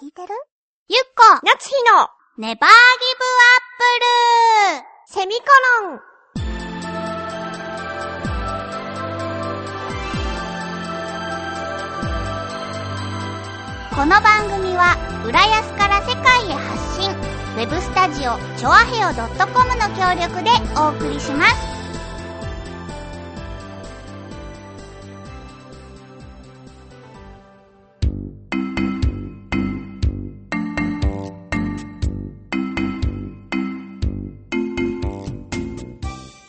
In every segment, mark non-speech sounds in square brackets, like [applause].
聞いてるゆっこ夏日のネバーギブアップルセミコロンこの番組は浦安から世界へ発信ウェブスタジオチョアヘオ .com の協力でお送りします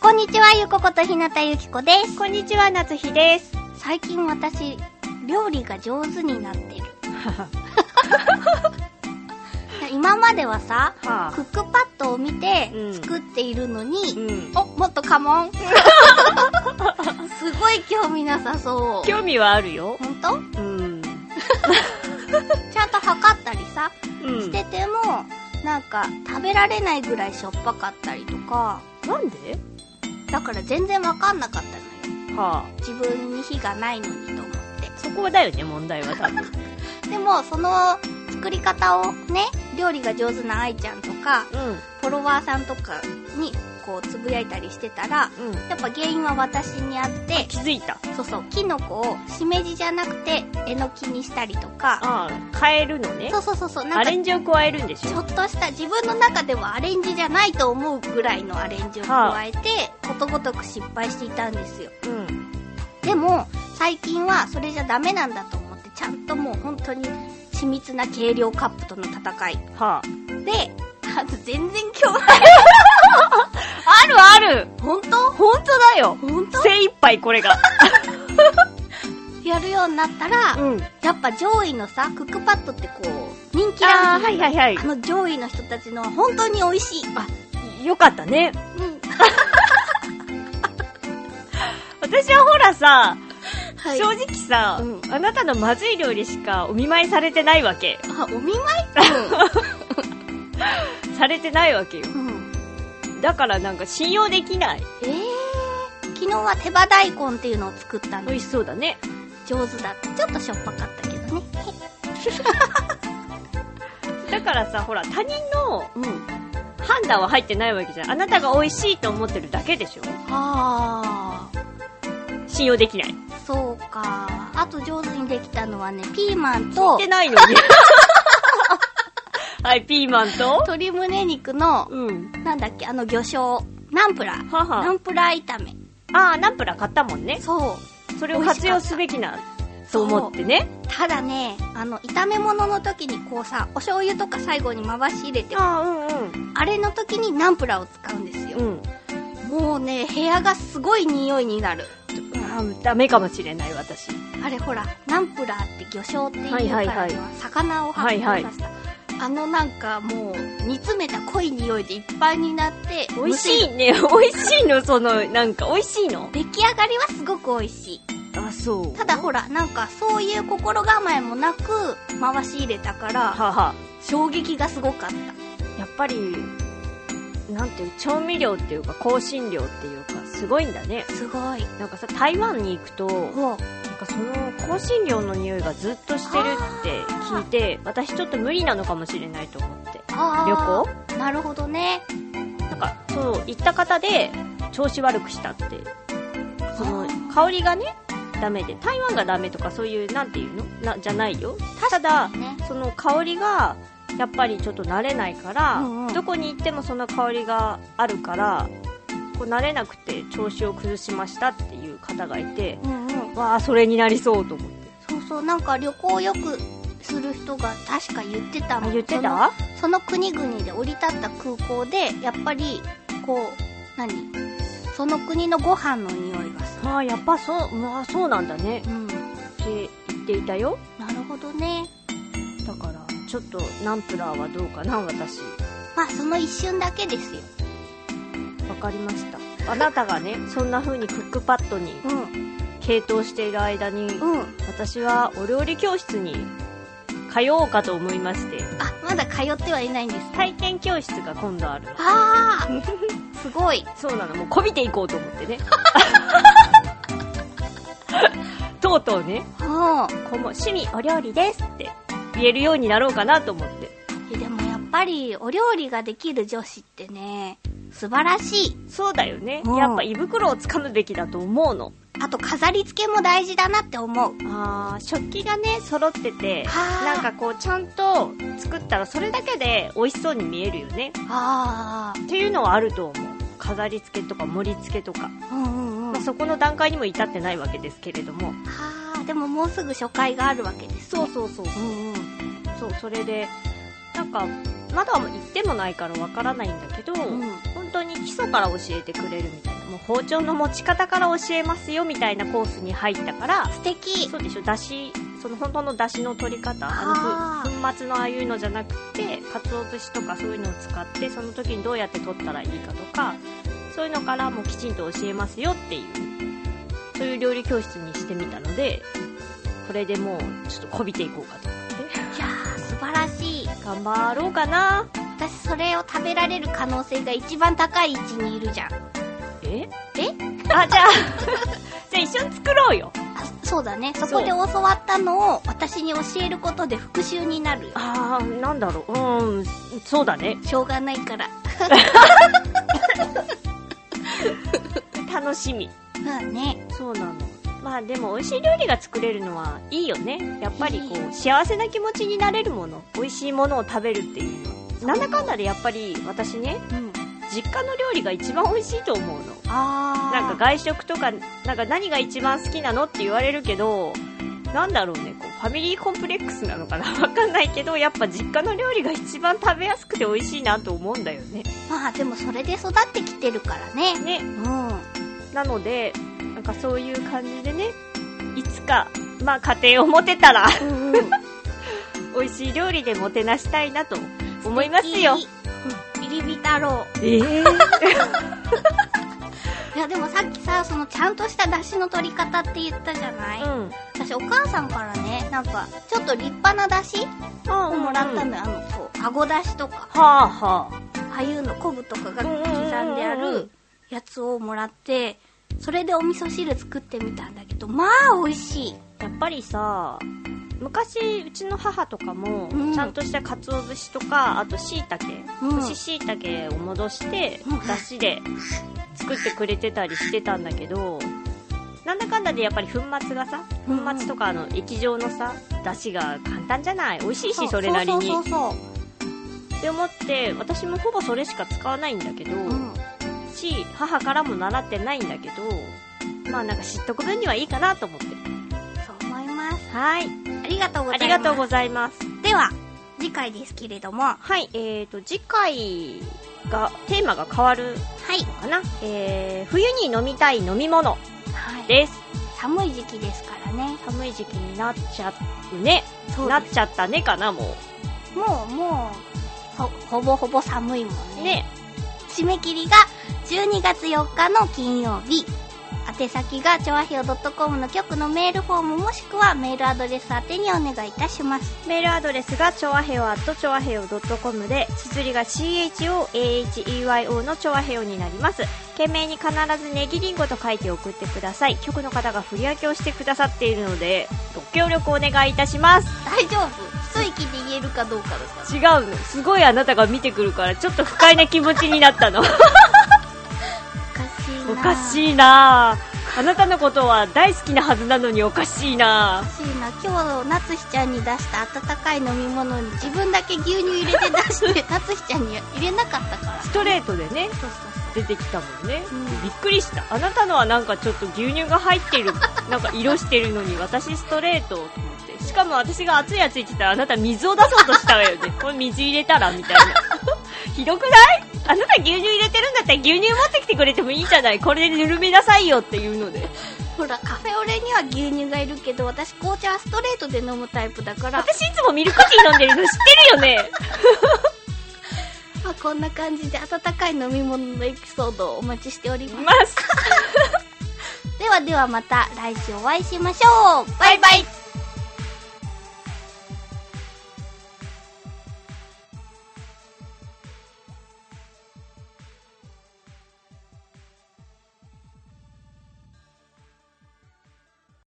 こんにちはゆこことひなたゆきこですこんにちは夏日です最近私料理が上手にな [laughs] ってるは今まではさ、はあクックパッドを見てうん作っているのに、うんお、もっとカモンすごい興味なさそう。興味はあるよほんとうんちゃんと測ったりさ、うんしてても、なんか食べられないぐらいしょっぱかったりとか、なんでだから全然わかんなかったのよ。はあ自分に火がないのにと思っそこだよね問題は多分て。でも、その作り方をね、料理が上手な愛ちゃんとか、フォロワーさんとかにこうつぶやいたりしてたら、うんうんやっぱ原因は私にあって、気づいたそうそう、キノコをしめじじゃなくてえのきにしたりとか、ああ変えるのねそうそうそうそう、なアんかレちンジを加えるんでしょょっとした自分の中ではアレンジじゃないと思うぐらいのアレンジを加えて、ことごとく失敗していたんですよ。うんでも、最近はそれじゃダメなんだと思って、ちゃんともう本当に緻密な計量カップとの戦いはあで、あの全然興味、あるある本当本当だよ本当精一杯これがやるようになったら、 [laughs] うんやっぱ上位のさ、クックパッドってこう、人気ラあンーキはンいグはいはあいの上位の人たちのは本当に美味しい。あ、よかったねうん。私はほらさ、はい。正直さ、うんあなたのまずい料理しかお見舞いされてないわけあ、お見舞されてないわけよいうん。うん。だからなんか信用できないえー、昨日は手羽大根っていうのを作ったの美味しそうだね上手だった。ちょっとしょっぱかったけどね。だからさほら他人のうん。判断は入ってないわけじゃんあなたが美味しいと思ってるだけでしょあー。信用できないそうか。あと上手にできたのはね、ピーマン聞いとてないの [laughs] にはいピーマンと鶏胸肉の、うんなんだっけ、あの魚醤。ナンプラー。はナはンプラー炒め。ああナンプラー買ったもんねそう。それを活用すべきなと思ってねただね、あの、炒め物の時にこうさ、お醤油とか最後に回し入れて、あああれの時にナンプラーを使うんですよう。んうんもうね、部屋がすごい匂いになる。あーダメかもしれない私あれほら、ナンプラーって魚醤っていうからには、はいはいはい魚を発酵させた。あのなんかもう、煮詰めた濃い匂いでいっぱいになって、美味しむいね美味しいのそのなんか美味しいのせる。出来上がりはすごく美味しい。あそうただほら、なんかそういう心構えもなく回し入れたから、はは衝撃がすごかった。やっぱりなんていう調味料っていうか香辛料っていうかすごいんだねすごい。なんかさ台湾に行くとなんおうかその香辛料の匂いがずっとしてるって聞いて私ちょっと無理なのかもしれないと思って旅あ行ーなるほどね。なんかそう行った方で調子悪くしたってそあのー香りがねダメで台湾がダメとかそういうなんていうのなじゃないよただね。その香りがやっぱりちょっと慣れないから、うんうんどこに行ってもその香りがあるからこう慣れなくて調子を崩しましたっていう方がいてうんうん。わあそれになりそうと思ってそうそう、なんか旅行をよくする人が確か言ってたあもん言ってそのたその国々で降り立った空港で、やっぱり、こう、何その国のご飯の匂いがすあやっぱそううわそうなんだねる。うん。って言っていたよなるほどね。だからちょっとナンプラーはどうかな私まあ、その一瞬だけですよ。わかりましたあなたがねそんな風にクックパッドにうん。傾倒している間にうん。私はお料理教室に通おうかと思いましてあ、まだ通ってはいないんです。体験教室が今度あるのああ [laughs] すごい。そうなのもうこびていこうと思 [laughs] ってねとうとうねうん。こうも趣味お料理ですって言えるようになろうかなと思って。いやでもやっぱりお料理ができる女子ってね素晴らしいそうだよね。うんやっぱ胃袋をつかむべきだと思うの。あと飾り付けも大事だなって思うあー食器がね、揃ってて、はーなんかこう、ちゃんと作ったらそれだけで美味しそうに見えるよね。あっていうのはあると思う。飾り付けとか盛り付けとか。あうんうんうんまあ、そこの段階にも至ってないわけですけれども。はあでももうすぐ初回があるわけですそうねそうそう。うんうんそう、それで、なんか、まだ行ってもないからわからないんだけど、ん本当に基礎から教えてくれるみたいな。もう包丁の持ち方から教えますよみたいなコースに入ったから、素敵そうでしょ、だし、その本当のだしの取り方、ああーのふ粉末のああいうのじゃなくて、鰹節とかそういうのを使って、その時にどうやって取ったらいいかとか、そういうのからもきちんと教えますよっていう、そういう料理教室にしてみたので、これでもうちょっとこびていこうかと思って。いやー素晴らしい頑張ろうかな。私それを食べられる可能性が一番高い位置にいるじゃんえ [laughs] えあ、じゃあ、じゃあ一緒に作ろうよ。あそうだねそこで教わったのを私に教えることで復習になるよあー、なんだろう。うーん、そうだね。しょうがないから楽しみ。まあねそうなの。まあでも美味しい料理が作れるのはいいよね。やっぱりこ、いいう幸せな気持ちになれるもの、美味しいものを食べるっていうのは。なんだかんだでやっぱり私ね、うん実家の料理が一番美味しいと思うの。あーなんか外食とか、なんか何が一番好きなのって言われるけど、なんだろうね、こう、ファミリーコンプレックスなのかな [laughs] わかんないけど、やっぱ実家の料理が一番食べやすくて美味しいなと思うんだよね。まあでもそれで育ってきてるからねね。うんなので、なんかそういう感じでね、いつか、まあ家庭を持てたら、うんうん [laughs] 美味しい料理でもてなしたいなと思いますよ。ビリビ太郎ええいやでもさっきさそのちゃんとした出汁の取り方って言ったじゃない、うん。私お母さんからねなんかちょっと立派な出汁あをもらったんだはよ、あのこう顎出汁とかあはあ。ああいうの昆布とかが刻んであうんうんうんうるんやつをもらってそれでお味噌汁作ってみたんだけどまあ美味しいやっぱりさ、昔、うちの母とかも、うんちゃんとした鰹節とか、あと椎茸、うん干し椎茸を戻してうん、だしで作ってくれてたりしてたんだけど、なんだかんだでやっぱり粉末がさ、粉うん末とかあの液状のさ、だしが簡単じゃない。美味しいし、それなりにそ。うそうそうって思って、私もほぼそれしか使わないんだけど、そう、うん、し母からも習ってないんだけどまあなんか知っとく分にはいいかなと思ってそう思いますはいありがとうございまあすりがとうございますでは次回ですけれどもははいえー、と次回がテーマが変わるい、のかな、えー、冬に飲みたい飲み物はい、です寒い時期ですからね寒い時期になっちゃうねそうなっでちゃったねかなもすもうもうほほぼほぼ寒いもんねうね締め切りが12月4日の金曜日宛先が調和表 .com の局のメールフォームもしくはメールアドレス宛てにお願いいたしますメールアドレスがちょわへよ at ちょわへよ .com で、綴りが CHOAHEYO のちょわへよになります。懸命に必ずネギリンゴと書いて送ってください。局の方が振り分けをしてくださっているので、ご協力お願いいたします。大丈夫一息で言えるかどうかだから違うの。すごいあなたが見てくるから、ちょっと不快な気持ちになったの。おかしいなおかいしいなぁ。あなたのことは大好きなはずなのにおかしいなおかしいな今日夏日ちゃんに出した温かい飲み物に自分だけ牛乳入れて出して夏日ちゃんには入れなかったからストレートでね、そうそう出てきたもんね、うんびっくりしたあなたのはなんかちょっと牛乳が入って [laughs] るなんか色してるのに私ストレートと思ってしかも私が熱い熱いって言ったらあなた水を出そうとしたわよ [laughs] ねこれ水入れたらみ [laughs] たいなひどくないあなた牛乳入れてるんだったら牛乳持ってきてくれてもいいじゃないこれでぬるめなさいよっていうので [laughs] ほらカフェオレには牛乳がいるけど私紅茶はストレートで飲むタイプだから私いつもミルクティー飲んでるの知ってるよねまあ、こんな感じで温かい飲み物のエピソードをお待ちしております。ますではではまた来週お会いしましょうバイバイ